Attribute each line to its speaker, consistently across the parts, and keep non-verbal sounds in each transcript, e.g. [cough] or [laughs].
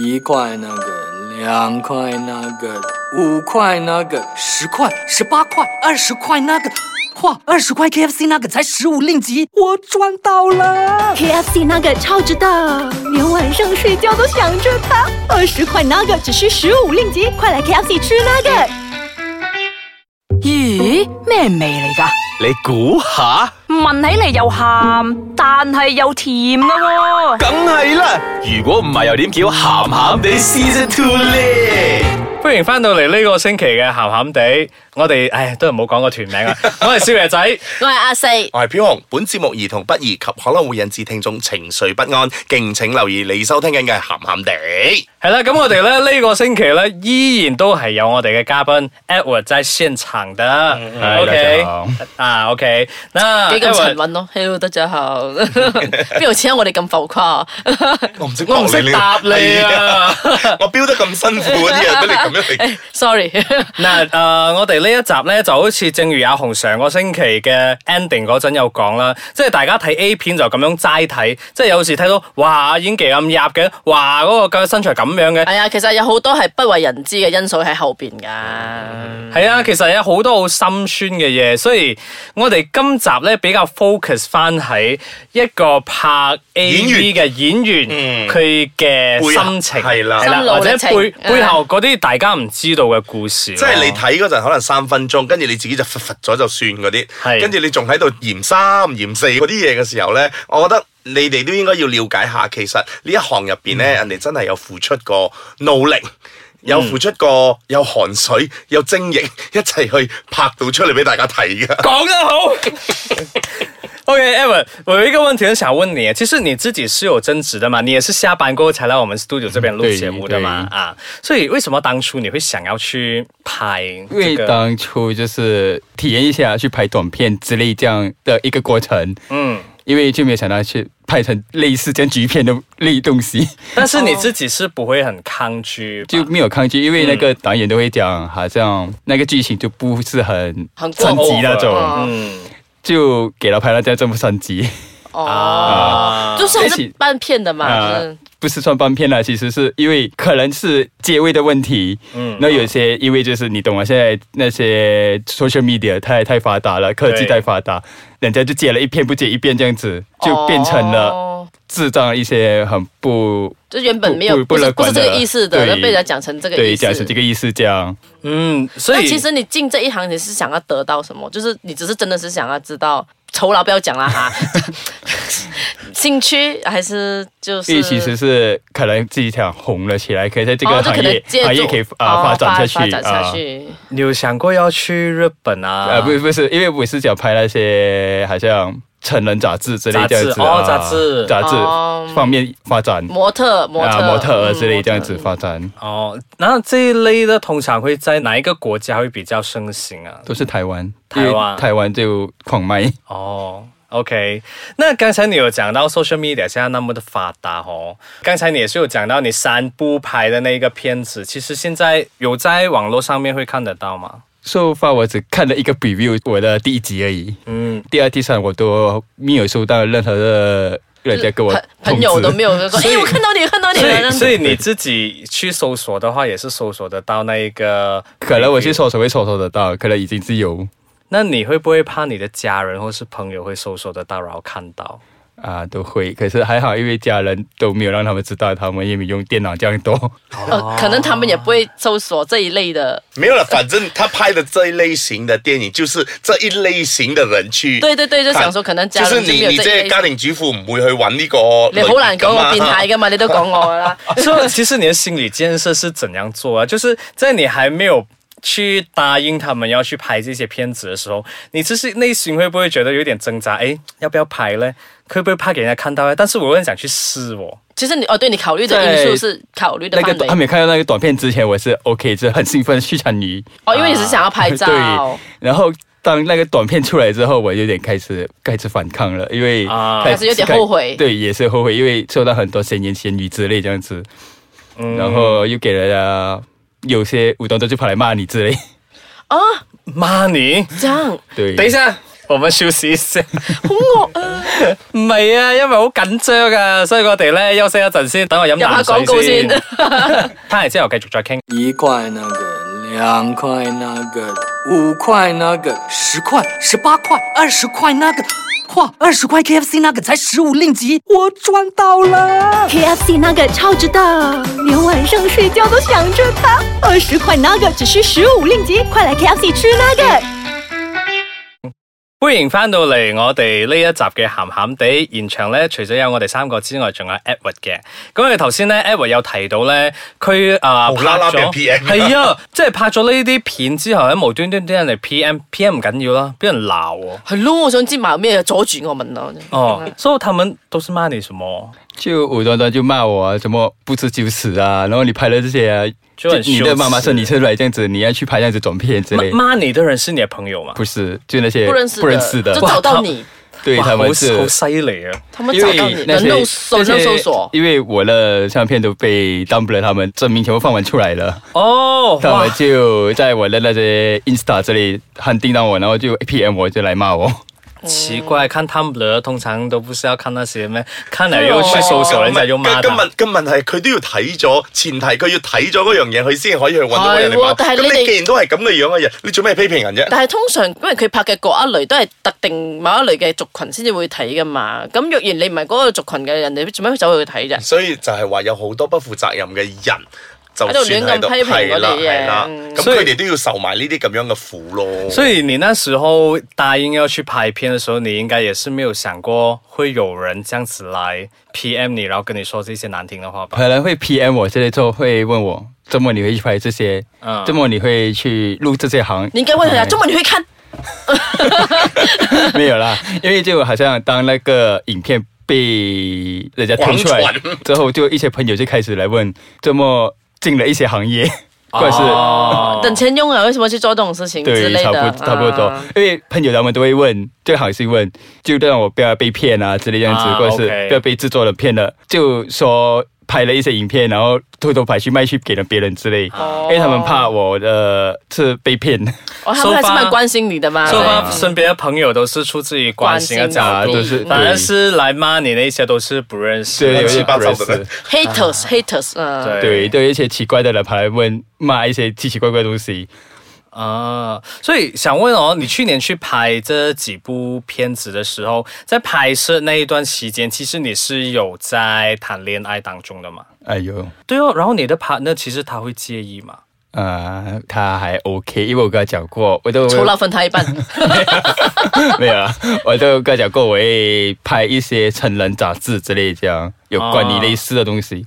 Speaker 1: 一块那个，两块那个，五块那个，
Speaker 2: 十块、十八块、二十块那个，哇，二十块 KFC 那个才十五令吉，我赚到了！
Speaker 3: KFC 那个超值的，连晚上睡觉都想着它。二十块那个只需十五令吉，快来 KFC 吃那个。
Speaker 4: 咦，咩味嚟噶？
Speaker 5: 你估下，
Speaker 4: 闻起嚟又咸，但系又甜噶喎、
Speaker 5: 梗係啦！如果唔係又點叫鹹鹹地 Season Two 咧？
Speaker 6: 欢迎翻到嚟呢個星期嘅咸咸地，我哋唉都係唔好講個團
Speaker 7: [laughs]
Speaker 6: 名啦。啊我係少爺仔，
Speaker 8: 我係阿四，
Speaker 5: 我係飄紅，本節目兒童不宜及可能會引致聽眾情緒不安，敬請留意你收聽緊嘅鹹鹹地。
Speaker 6: 係啦，咁我哋咧呢、個星期咧依然都係有我哋嘅嘉賓 Edward 在現場的。
Speaker 7: 嗨
Speaker 6: o
Speaker 7: 嗯大
Speaker 6: k
Speaker 7: 家好
Speaker 6: 啊，OK，那
Speaker 8: 幾咁沉啊
Speaker 6: Edward
Speaker 8: 穩咯。Hello，大家好， [laughs] 邊度似啊得我哋咁浮誇？ [laughs]
Speaker 5: 我唔識
Speaker 6: 我唔識
Speaker 5: 講
Speaker 6: 答你啊！
Speaker 5: 我標得咁辛苦嗰啲啊，俾你咁樣嚟。
Speaker 8: Sorry，
Speaker 6: 嗱，誒、呃我哋呢一集咧就好似正如阿紅上個星期嘅 ending 嗰陣有講啦，即係大家睇 A 片就咁樣齋睇，即係有時睇到哇演技咁入嘅，哇嗰、個個身材咁樣嘅，
Speaker 8: 係啊，其實有好多係不為人知嘅因素喺後邊
Speaker 5: 嗯
Speaker 8: 㗎。
Speaker 6: 係啊，其實有好多好心酸嘅嘢，所以我哋今集咧比較 focus 翻喺一個拍 A
Speaker 5: 演
Speaker 6: V
Speaker 5: 員
Speaker 6: 嘅演員
Speaker 5: 嗯
Speaker 6: 佢
Speaker 5: 背
Speaker 6: 嘅
Speaker 5: 後
Speaker 6: 心情
Speaker 5: 係啦
Speaker 6: 係
Speaker 8: 心路
Speaker 6: 或者
Speaker 8: 歷程
Speaker 6: 背
Speaker 8: 嗯
Speaker 6: 背後嗰啲大家唔知道嘅故事咯，
Speaker 5: 即
Speaker 8: 啊
Speaker 5: 係你睇嗰陣可能三分鐘，跟住你自己就忽忽咗就算嗰
Speaker 6: 係
Speaker 5: 啲，跟住你仲喺度嫌三嫌四嗰啲嘢嘅時候咧，我覺得你哋都應該要了解下，其實呢一行入邊
Speaker 8: 嗯
Speaker 5: 咧，人哋真係有付出過努力。有付出過，有汗水，有精液， [laughs] 一齊去拍到出嚟俾大家睇
Speaker 8: [laughs]
Speaker 5: 噶。
Speaker 6: 讲得好。OK，Evan，、我有一个问题很想问你，啊其实你自己是有增值的嘛？你也是下班过后才来我们 studio 这边录节目的
Speaker 5: 嗯
Speaker 6: 嘛？
Speaker 7: 对
Speaker 6: 啊，所以为什么当初你会想要去拍
Speaker 7: 因为
Speaker 6: 这个？
Speaker 7: 当初就是体验一下去拍短片之类这样的一个过程，
Speaker 6: 嗯，
Speaker 7: 因为就没有想到去拍成类似这样局片的类东西，
Speaker 6: 但是你自己是不会很抗拒吧，
Speaker 7: 就没有抗拒，因为那个导演都会讲，好像那个剧情就不是很
Speaker 8: 很过
Speaker 7: 升级
Speaker 8: 火
Speaker 7: 那种，
Speaker 8: 哦
Speaker 6: 嗯
Speaker 7: 就给他拍到这样这么升级，
Speaker 6: 啊
Speaker 8: 哦，就是還是半片的嘛。
Speaker 7: 啊
Speaker 8: 嗯
Speaker 7: [laughs] 不是算半片了，其实是因为可能是结尾的问题，嗯，那有些因为就是你懂吗？现在那些 social media 太太发达了，科技
Speaker 6: 对
Speaker 7: 太发达，人家就接了一片不接一片这样子，就变成了
Speaker 8: 哦
Speaker 7: 制造一些很不
Speaker 8: 就原本没有
Speaker 7: 不不
Speaker 8: 不是
Speaker 7: 乐
Speaker 8: 不
Speaker 7: 观
Speaker 8: 是
Speaker 7: 的
Speaker 8: 这个意思的，那
Speaker 7: 对
Speaker 8: 被人家讲成这个
Speaker 7: 对
Speaker 8: 意思
Speaker 7: 讲。成这个意思这样。
Speaker 6: 嗯，所
Speaker 8: 那
Speaker 6: 以
Speaker 8: 其实你进这一行，你是想要得到什么？就是你只是真的是想要知道酬劳，不要讲了哈。
Speaker 6: [laughs]
Speaker 8: 兴趣还是就是
Speaker 7: 因为其实是可能自己想红了起来，可以在这
Speaker 8: 哦
Speaker 7: 个
Speaker 8: 就
Speaker 7: 行
Speaker 8: 可能
Speaker 7: 业、
Speaker 8: 借助
Speaker 7: 行业可以啊、
Speaker 8: 哦
Speaker 7: 发展下去
Speaker 8: 发展下
Speaker 7: 啊。
Speaker 8: 去。
Speaker 6: 你有想过要去日本啊？
Speaker 7: 呃，不是不是，因为我是想拍那些好像成人杂志之类这样
Speaker 6: 杂志
Speaker 7: 子
Speaker 6: 哦
Speaker 7: 啊
Speaker 6: 杂志
Speaker 7: 杂志
Speaker 8: 哦
Speaker 7: 方面发展
Speaker 8: 模特模特
Speaker 7: 啊模特儿之类
Speaker 8: 嗯
Speaker 7: 这样子发展，
Speaker 6: 哦，那这一类的通常会在哪一个国家会比较盛行啊？
Speaker 7: 都是台湾，
Speaker 6: 台湾
Speaker 7: 因为台湾就狂卖，
Speaker 6: 哦，OK，那刚才你有讲到 social media 现在那么的发达哦，刚才你也是有讲到你三部拍的那个片子，其实现在有在网络上面会看得到吗？
Speaker 7: 收发我只看了一个 preview 我的第一集而已，
Speaker 6: 嗯，
Speaker 7: 第二、第三我都没有收到任何的人家给我
Speaker 8: 朋朋友都
Speaker 7: 通知
Speaker 8: 没有说，哎，我看到你，看到你
Speaker 6: 所
Speaker 8: 了。这
Speaker 6: 以
Speaker 8: 样
Speaker 6: 所以你自己去搜索的话，也是搜索得到那一个。
Speaker 7: 可能我去，搜索会搜索得到，可能已经是有
Speaker 6: 那你会不会怕你的家人或是朋友会搜索得到，然后看到？
Speaker 7: 啊，都会。可是还好，因为家人都没有让他们知道，他们也没用电脑这样多。
Speaker 8: 呃，可能他们也不会搜索这一类的。
Speaker 5: 没有了，反正他拍的这一类型的电影，就是这一类型的人去。
Speaker 8: 对对对，就
Speaker 5: 看
Speaker 8: 想说可能
Speaker 5: 就
Speaker 8: 家
Speaker 5: 是
Speaker 8: 人就
Speaker 5: 你
Speaker 8: 没有
Speaker 5: 你
Speaker 8: 这一
Speaker 5: 即
Speaker 8: 类
Speaker 5: 家
Speaker 8: 的。
Speaker 5: 庭主婦唔會去揾呢個
Speaker 8: 你
Speaker 5: 類別㗎嘛。
Speaker 8: 好难讲我变态噶嘛，你都讲我噶啦。
Speaker 6: 所以其实你的心理建设是怎样做啊？就是在你还没有去答应他们要去拍这些片子的时候，你其实内心会不会觉得有点挣扎？诶，要不要拍呢？会不会怕给人家看到呢？但是我又很想去试哦。
Speaker 8: 其实你哦，对你考虑的因素是考虑的
Speaker 7: 那
Speaker 8: 范
Speaker 7: 个还
Speaker 8: 围
Speaker 7: 没看到那个短片之前，我是 OK，是很兴奋去参与。
Speaker 8: 哦，因为你是想要拍照
Speaker 7: 啊对，，然后当那个短片出来之后，我有点开始开始反抗了，因为
Speaker 6: 啊
Speaker 7: 开
Speaker 8: 开始有点后悔
Speaker 7: 对，也是后悔，因为受到很多闲言闲语之类这样子，然
Speaker 6: 嗯
Speaker 7: 后又给人家有
Speaker 6: [laughs]
Speaker 7: 些无端端就跑来骂你之类。
Speaker 8: 啊，
Speaker 6: 妈你，
Speaker 8: 这样
Speaker 7: 对，
Speaker 6: 等一下，我们休息一下。好饿啊！唔係啊，因為好緊張啊，所以我哋咧休息一陣先，等我飲啖
Speaker 8: 入下廣告
Speaker 6: 水先
Speaker 8: 先。
Speaker 6: [laughs] 翻嚟之後繼續再傾。
Speaker 1: 一块那个，两块那个，五块那个，
Speaker 2: 十块、十八块、二十块那个，哇，二十块 KFC 那个才十五令吉，我赚到了！
Speaker 3: KFC 那个超值的，连晚上睡觉都想着它。二十块那个只需十五令吉，快来 KFC 吃那个。
Speaker 6: 歡迎翻到嚟我哋呢一集嘅鹹鹹地現場咧，除咗有我哋三個之外，仲有 Edward 嘅。咁我哋頭先咧，Edward 有提到咧，佢啊
Speaker 5: 無啦啦俾人 PM
Speaker 6: 係啊，即係拍咗呢啲片之後咧，無端端啲人嚟 PM，PM 唔緊要啦，俾人鬧喎。
Speaker 8: 系咯，我想知埋有咩阻住我問我。
Speaker 6: 哦，所以他們都是罵你什麼？
Speaker 7: 就无端端就骂我、啊，什么不知羞耻啊，然后你拍了这些、啊，
Speaker 6: 就很羞耻
Speaker 7: 你的妈妈说你出来这样子，你要去拍这样子短片之
Speaker 6: 罵
Speaker 7: 类，
Speaker 6: 罵你的人是你的朋友嘛？
Speaker 7: 不是，就那些
Speaker 8: 不认识的，
Speaker 7: 不认识的
Speaker 8: 就，找到你，
Speaker 7: [laughs] 对
Speaker 6: 哇
Speaker 7: 他
Speaker 6: 好
Speaker 7: 们是
Speaker 6: 好犀利啊！
Speaker 8: 他们
Speaker 7: 因
Speaker 8: 找
Speaker 7: 为
Speaker 8: 到你，
Speaker 7: 那
Speaker 8: 人
Speaker 7: 些
Speaker 8: 肉搜
Speaker 7: 那
Speaker 8: 人
Speaker 7: 些
Speaker 8: 肉搜索。
Speaker 7: 因为我的相片都被 Dumbler 他们证明全部放完出来了，
Speaker 6: 哦，
Speaker 7: 他
Speaker 6: 哇
Speaker 7: 们！就在我的那些 Insta 这里很叮当我，然后就 PM 我就来
Speaker 8: [laughs]
Speaker 7: 骂我，
Speaker 6: 奇怪，看 Tumblr 通常都不是要看那些咩，看了又去搜索，人家又罵
Speaker 5: 今日
Speaker 6: 他。
Speaker 5: 今問題佢都要睇咗，前提佢要睇咗嗰樣嘢，佢先可以去揾到嗰個人嚟
Speaker 8: 係喎
Speaker 5: 罵。
Speaker 8: 但係
Speaker 5: 咁
Speaker 8: 你哋
Speaker 5: 你既然都係咁嘅樣嘅人，你做咩批評人啫？
Speaker 8: 但係通常因為佢拍嘅嗰一類都係特定某一類嘅族群先至會睇噶嘛，咁若然你唔係嗰個族群嘅人，你做咩走去睇啫？
Speaker 7: 嗯
Speaker 5: 所以就係話有好多不負責任嘅人。就
Speaker 8: 喺
Speaker 5: 算
Speaker 8: 度亂
Speaker 5: 喺度
Speaker 8: 咁批評
Speaker 5: 係啦
Speaker 8: 嗰啲嘢
Speaker 5: 係啦，
Speaker 8: 嗯
Speaker 5: 咁
Speaker 6: 所以
Speaker 5: 佢哋都要受埋呢啲咁樣嘅苦咯。
Speaker 6: 所以你那時候答應要去拍片的時候，你應該也是沒有想過會有人這樣子來 PM 你，然後跟你說這些难听的话吧？
Speaker 7: 可能会 PM 我之类之后会问我，怎么你会去拍这些？
Speaker 6: 嗯
Speaker 7: 怎么你会去录这些行？
Speaker 8: 你應該問佢啊，
Speaker 7: 哎
Speaker 8: 中文你去看，
Speaker 7: 没有啦，因为就好像当那个影片被人家推出来
Speaker 5: 广传
Speaker 7: 之后，就一些朋友就开始来问，怎么进了一些行业， [laughs] 或者是、
Speaker 6: 哦
Speaker 8: 等钱用啊，為什麼去做這種事情之
Speaker 7: 对，
Speaker 8: 類
Speaker 7: 差
Speaker 8: 的？
Speaker 7: 不差不多
Speaker 8: 啊，
Speaker 7: 因为朋友他们都会问，就好心问，就让我不要被骗啊之类这样子，
Speaker 6: 啊
Speaker 7: 或者是
Speaker 6: OK
Speaker 7: 不要被制作人骗了，就说。拍了一些影片，然后偷偷拍去卖去给了别人之类，因为他们怕我的是被骗。
Speaker 8: 我他們還是
Speaker 6: So far-
Speaker 8: 蠻關心你的
Speaker 7: 嗯
Speaker 8: 嘛。
Speaker 6: 所以我
Speaker 8: 對
Speaker 6: 身邊的朋友都是出自於關心的角
Speaker 7: 啊，
Speaker 6: 度，
Speaker 7: 都是
Speaker 6: 反而
Speaker 7: 对
Speaker 6: 是来骂你那些都是不认识
Speaker 7: 对
Speaker 6: 的。
Speaker 7: 有些
Speaker 5: 七八
Speaker 7: 不
Speaker 5: 糟
Speaker 7: 认
Speaker 5: 的
Speaker 7: 识。
Speaker 8: haters haters，嗯。
Speaker 7: 对，都有一些奇怪的人跑来问骂一些奇奇怪怪的东西。
Speaker 6: 啊，所以想问哦，你去年去拍这几部片子的时候，在拍摄那一段期间，其实你是有在谈恋爱当中的嘛？
Speaker 7: 哎呦，
Speaker 6: 对哦，然后你的 partner 其实他会介意嘛？
Speaker 7: 呃，他还 OK，因为我跟他讲过，我都
Speaker 8: 酬勞分他一
Speaker 7: [laughs]
Speaker 8: 半，
Speaker 7: 没有啦，我都跟他讲过，我会拍一些成人杂志之类这样有关于类似的东西。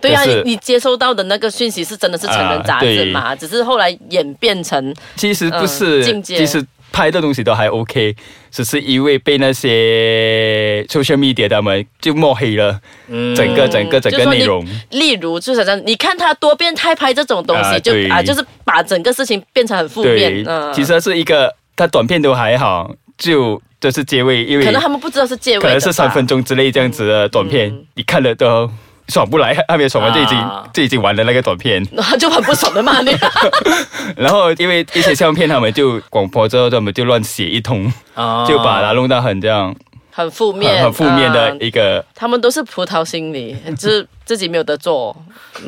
Speaker 8: 对啊，
Speaker 7: 但
Speaker 8: 你
Speaker 7: 是啊
Speaker 8: 你接收到的那個訊息是真的是成人雜誌嘛，只是後來演變成
Speaker 7: 其实不
Speaker 8: 嗯
Speaker 7: 是，
Speaker 8: 境界
Speaker 7: 其实拍的东西都还 OK，只是因为被那些 social media 他们就抹黑了，整个整个整
Speaker 8: 嗯就
Speaker 7: 个
Speaker 8: 说你
Speaker 7: 内容。
Speaker 8: 例如，就是讲，你看他多变态拍这种东西，
Speaker 7: 啊
Speaker 8: 就
Speaker 7: 对
Speaker 8: 啊，就是把整个事情变成很负面。嗯，
Speaker 7: 其实是一个，他短片都还好，就这是结尾，因为
Speaker 8: 可能他们不知道是借位的吧，
Speaker 7: 可能是三分钟之内这样子的短片，
Speaker 8: 嗯
Speaker 7: 你看了都爽不来，还没有爽完就已经、
Speaker 6: 啊
Speaker 7: 就已经完了那个短片。
Speaker 8: 然 [laughs] 后就很不爽的骂
Speaker 7: [laughs]
Speaker 8: 你。
Speaker 7: 然后因为一些相片，他们就广播之后，他们就乱写一通，
Speaker 6: 啊
Speaker 7: 就把它弄到很这样
Speaker 8: 很负面，
Speaker 7: 很很负面的
Speaker 8: 嗯
Speaker 7: 一个。
Speaker 8: 他们都是葡萄心理，就是自己没有得做。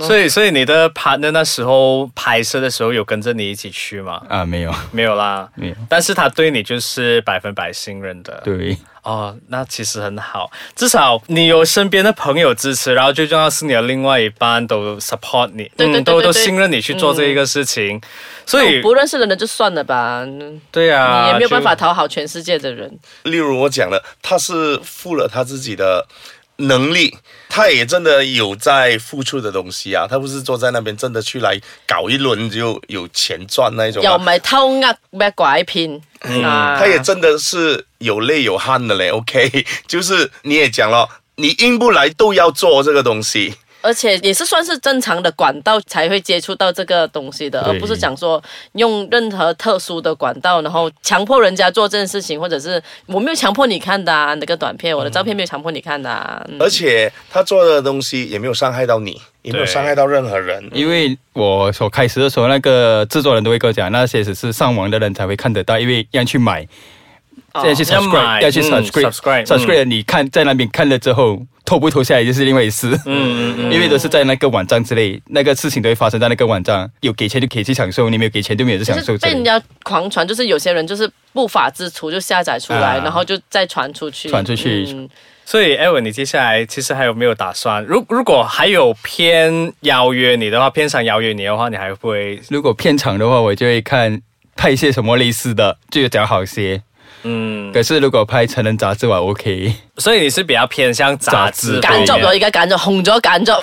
Speaker 6: 所以所以你的 partner 那时候拍摄的时候有跟着你一起去吗？
Speaker 7: 啊，没有，
Speaker 6: 没有啦，
Speaker 7: 没有
Speaker 6: 但是他对你就是百分百信任的。
Speaker 7: 对，
Speaker 6: 哦，那其实很好，至少你有身边的朋友支持，然后最重要是你的另外一半都 support 你，嗯
Speaker 8: 对对对
Speaker 6: 都
Speaker 8: 对
Speaker 6: 都
Speaker 8: 对
Speaker 6: 信任你去做这一个事情，所以
Speaker 8: 哦不认识的人就算了吧，嗯
Speaker 6: 对啊，
Speaker 8: 你也没有办法
Speaker 6: 就。
Speaker 8: 讨好全世界的人。
Speaker 5: 例如我讲的，他是付了他自己的能力，他也真的有在付出的东西啊，他不是坐在那边真的去来搞一轮就有钱赚那一种、
Speaker 8: 又
Speaker 5: 啊
Speaker 8: 唔。系偷呃咩拐骗啊？
Speaker 5: 哎他也真的是有泪有汗的嘞，OK，就是 [laughs] 你也讲了，你硬不来都要做这个东西，
Speaker 8: 而且也是算是正常的管道才会接触到这个东西的，而
Speaker 7: 对
Speaker 8: 不是讲说用任何特殊的管道，然后强迫人家做这件事情，或者是我没有强迫你看的啊，那个短片，我的照片没有强迫你看的啊。嗯
Speaker 5: 而且他做的东西也没有伤害到你，也没有
Speaker 6: 对
Speaker 5: 伤害到任何人。
Speaker 7: 因为我所开始的时候，那个制作人都会跟我讲，那些只是上网的人才会看得到，因为要去买。现在去
Speaker 6: 要买
Speaker 7: subscribe，要去
Speaker 6: 嗯 subscribe，嗯
Speaker 7: subscribe，subscribe，你看在那边看了之后，偷不偷下来就是另外一事。嗯嗯，因为都是在那个网站之类，那个事情都会发生在那个网站。有给钱就可以去享受，你没有给钱就没有去享
Speaker 8: 就是
Speaker 7: 受之
Speaker 8: 被
Speaker 7: 类
Speaker 8: 人
Speaker 7: 的。
Speaker 8: 家狂传，就是有些人就是不法之徒就下载出来，
Speaker 7: 啊
Speaker 8: 然后就再传出去，
Speaker 7: 传出去
Speaker 8: 嗯
Speaker 6: 所以艾文，你接下来其实还有没有打算？如如果还有偏邀约你的话，偏想邀约你的话，你还会不会？
Speaker 7: 如果片场的话，我就会看拍一些什么类似的，就比较好些。
Speaker 6: 嗯，
Speaker 7: 可是如果拍成人杂志我 OK，
Speaker 6: 所以你是比较偏向杂志
Speaker 7: 杂
Speaker 8: 赶
Speaker 7: 志
Speaker 8: 走
Speaker 7: 感
Speaker 8: 咗，而家趕咗，紅咗趕 [laughs] 咗，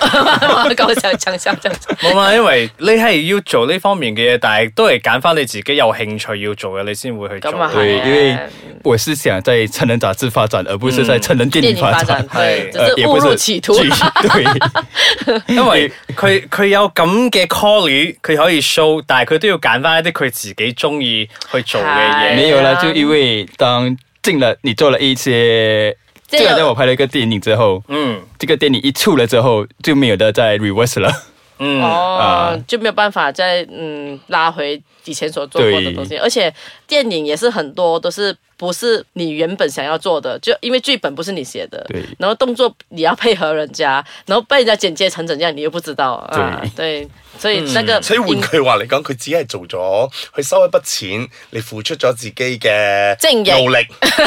Speaker 8: 講笑講笑講笑。
Speaker 6: 冇嘛？因為你係要做呢方面嘅嘢，但係都係揀翻你自己有興趣要做嘅，你先會去做。
Speaker 8: 咁啊
Speaker 7: 对，
Speaker 8: 係
Speaker 7: 因为我是想在成人杂志发展，而不是在成人电
Speaker 8: 电
Speaker 7: 影
Speaker 8: 影发
Speaker 7: 发
Speaker 8: 展
Speaker 7: 展。
Speaker 8: 对，
Speaker 6: 系
Speaker 8: [laughs] 只
Speaker 7: 呃，也
Speaker 8: 是
Speaker 7: 不
Speaker 8: 误
Speaker 7: 是
Speaker 8: 入歧途。
Speaker 7: 剧 [laughs] 对，
Speaker 8: [laughs]
Speaker 6: 因為佢佢有咁嘅 call 率佢可以 show，但係佢都要揀翻一啲佢自己中意去做嘅嘢。
Speaker 8: 係
Speaker 7: 没有啦，就因为当进了你做了一些，
Speaker 8: 这
Speaker 7: 就
Speaker 8: 有
Speaker 7: 好像我拍了一个电影之后，
Speaker 6: 嗯
Speaker 7: 这个电影一出了之后就没有的再 reverse 了。
Speaker 6: 嗯。
Speaker 8: 哦
Speaker 7: 啊，
Speaker 8: 就没有办法再嗯拉回以前所做过的东西，而且电影也是很多都是不是你原本想要做的，就因为剧本不是你写的，
Speaker 7: 对
Speaker 8: 然后动作你要配合人家，然后被人家剪接成怎样，你又不知道啊，对，所以那个
Speaker 5: 所以換
Speaker 8: 影
Speaker 5: 句話嚟講，佢只係做咗，佢收一筆錢，你付出咗自己嘅
Speaker 8: 精液
Speaker 5: 努
Speaker 8: [laughs]
Speaker 5: 力、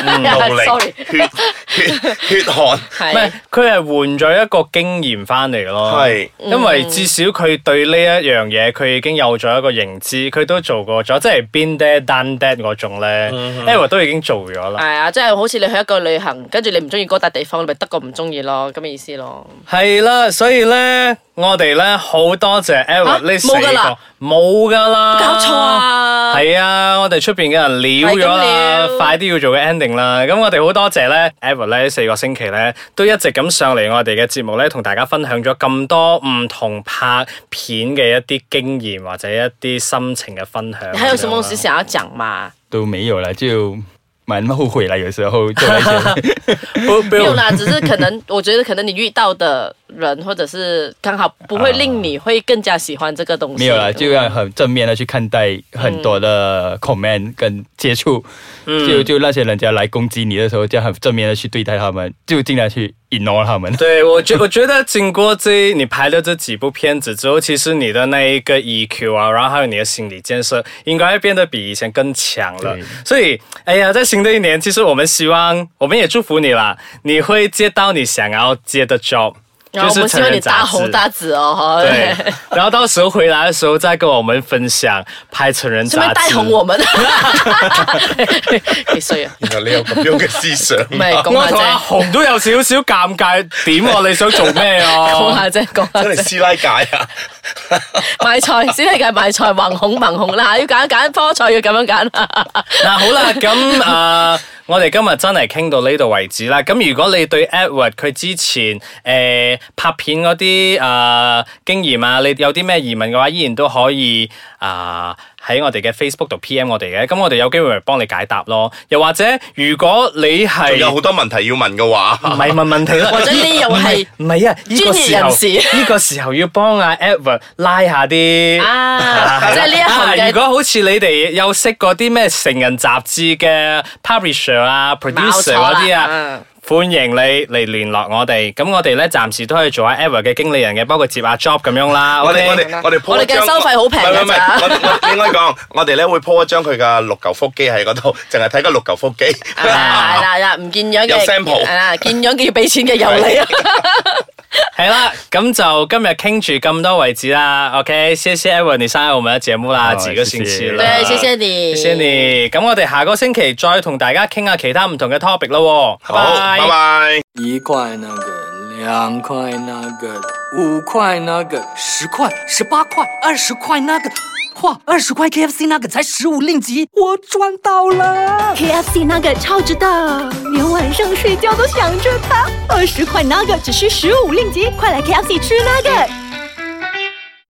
Speaker 5: 嗯努
Speaker 8: Sorry
Speaker 5: 力、血血
Speaker 8: [laughs]
Speaker 5: 血汗，
Speaker 6: 唔係
Speaker 8: 系，
Speaker 6: 佢係換咗一個經驗翻嚟咯。
Speaker 5: 係
Speaker 8: 嗯
Speaker 6: 因為至少佢對呢一樣嘢，佢已經有咗一個認知，佢都做過咗，即係 been there done that 嗰種咧 e v a 都已經做咗
Speaker 8: 系
Speaker 6: 啦。
Speaker 8: 啊，即系好似你去一个旅行，跟住你唔中意嗰笪地方，你咪得个唔中意咯，咁嘅意思咯。
Speaker 6: 係啦，所以咧，我哋咧好多謝 e v a
Speaker 8: 啊
Speaker 6: 呢四
Speaker 8: 冇㗎啦
Speaker 6: 個冇噶啦，
Speaker 8: 搞錯啊
Speaker 6: 係啊，我哋出邊嘅人撩咗啦
Speaker 8: 係咁撩，
Speaker 6: 快啲要做個 ending 啦。咁我哋好多謝咧 e v a 咧四個星期咧都一直咁上嚟我哋嘅節目咧，同大家分享咗咁多唔同拍片嘅一啲經驗或者一啲心情嘅分享。
Speaker 8: 你还有什么东
Speaker 6: 啊
Speaker 8: 西想要讲嘛？
Speaker 7: 都没有了，就蛮后悔了。有时候做了一些，
Speaker 6: 不不
Speaker 8: 没有啦，只是可能，我觉得可能你遇到的人，或者是刚好不会令你会更加喜欢这个东西。
Speaker 7: 没有了，就要很正面的去看待很多
Speaker 8: 嗯
Speaker 7: 的 comment 跟接触，就就那些人家来攻击你的时候，就要很正面的去对待他们，就尽量去 ignore 他们。
Speaker 6: [laughs] 对我觉我觉得经过这你拍了这几部片子之后，其实你的那一个 EQ 啊，然后还有你的心理建设，应该变得比以前更强了
Speaker 7: 对。
Speaker 6: 所以，哎呀，在新的一年，其实我们希望，我们也祝福你啦，你会接到你想要接的 job，
Speaker 8: 然后
Speaker 6: 就
Speaker 8: 我
Speaker 6: 是
Speaker 8: 们希
Speaker 6: 成
Speaker 8: 望
Speaker 6: 人
Speaker 8: 你
Speaker 6: 杂
Speaker 8: 大
Speaker 6: 志
Speaker 8: 红。大紫哦，
Speaker 6: 对，
Speaker 8: [laughs]
Speaker 6: 然后到时候回来的时候再跟我们分享拍成人
Speaker 8: [laughs] 顺
Speaker 6: 杂
Speaker 8: 便
Speaker 6: 志。
Speaker 8: 带红我们。 [laughs] 几岁啊？
Speaker 5: 原來你有咁樣嘅思想。啊
Speaker 8: 唔系讲
Speaker 6: 我
Speaker 8: 下
Speaker 6: 同阿
Speaker 8: 啫，
Speaker 6: 紅都有少少尷尬，點喎、你想做咩
Speaker 8: [laughs]
Speaker 6: 啊？
Speaker 8: 讲下啫，讲下
Speaker 5: 真係
Speaker 8: 啫。
Speaker 5: 師奶界
Speaker 8: [laughs]
Speaker 5: 啊！
Speaker 8: 买菜先系计买菜，横红横红啦， [laughs] 要拣拣科菜要咁样拣。 [laughs]
Speaker 6: 嗱、好啦，咁啊、呃我哋今日真係傾到呢度為止啦。咁如果你對 Edward 佢之前诶、呃拍片嗰啲啊經驗啊，你有啲咩疑問嘅話，依然都可以啊。喺我哋嘅 Facebook 度 PM 我哋嘅，咁我哋有機會咪幫你解答咯。又或者，如果你係
Speaker 5: 仲有好多問題要問嘅
Speaker 6: 唔
Speaker 5: 話，
Speaker 6: 係問問題啦，
Speaker 8: [laughs] 或者你又
Speaker 6: 唔係 [laughs]
Speaker 8: 係
Speaker 6: 唔係啊？呢個
Speaker 8: 專業
Speaker 6: 時候
Speaker 8: 人士
Speaker 6: 呢個時候要幫阿 Edward 拉下啲
Speaker 8: 啊，即系呢一行
Speaker 6: 啊如
Speaker 8: 嘅
Speaker 6: 果好似你哋有識嗰啲咩成人雜誌嘅 publisher 啊、producer
Speaker 8: 冇錯啦
Speaker 6: 嗰啲啊
Speaker 8: 嗯，
Speaker 6: 歡迎你嚟聯絡我哋。咁我哋咧暫時都可以做下 Ever 嘅經理人嘅，包括接下 job 咁 [laughs] 樣啦。
Speaker 5: 啊我哋
Speaker 6: OK？
Speaker 5: 我哋我哋鋪
Speaker 8: 我哋嘅
Speaker 5: 一張
Speaker 8: 收費好平㗎
Speaker 5: 唔係唔
Speaker 8: 咋
Speaker 5: 係唔係我哋我應該講，我哋咧會鋪一張佢嘅六嚿腹肌喺嗰度，淨係睇個六嚿腹肌。
Speaker 8: [laughs] 啊係啦係啦，唔見樣
Speaker 5: 有
Speaker 8: 嘅
Speaker 5: sample
Speaker 8: 係啦，見樣嘅要俾錢嘅有你啊。
Speaker 6: 係啦，咁就今日傾住咁多為止啦。OK，謝謝 Ever 你上嚟我們嘅節目啦，
Speaker 7: 好
Speaker 6: 幾個星期
Speaker 8: [laughs]
Speaker 6: 啦。
Speaker 8: 对，谢谢你，
Speaker 6: 謝謝你。咁我哋下個星期再同大家傾下其他唔同嘅 topic 咯
Speaker 5: [laughs]
Speaker 6: 喎。
Speaker 5: 好，拜拜。
Speaker 1: 一块那个，两块那个，五块那个，
Speaker 2: 十块、十八块、二十块那个，哇，二十块 KFC 那个才十五令吉，我赚到了！
Speaker 3: KFC 那个超值的，连晚上睡觉都想着它。二十块那个只需十五令吉，快来 KFC 吃那个。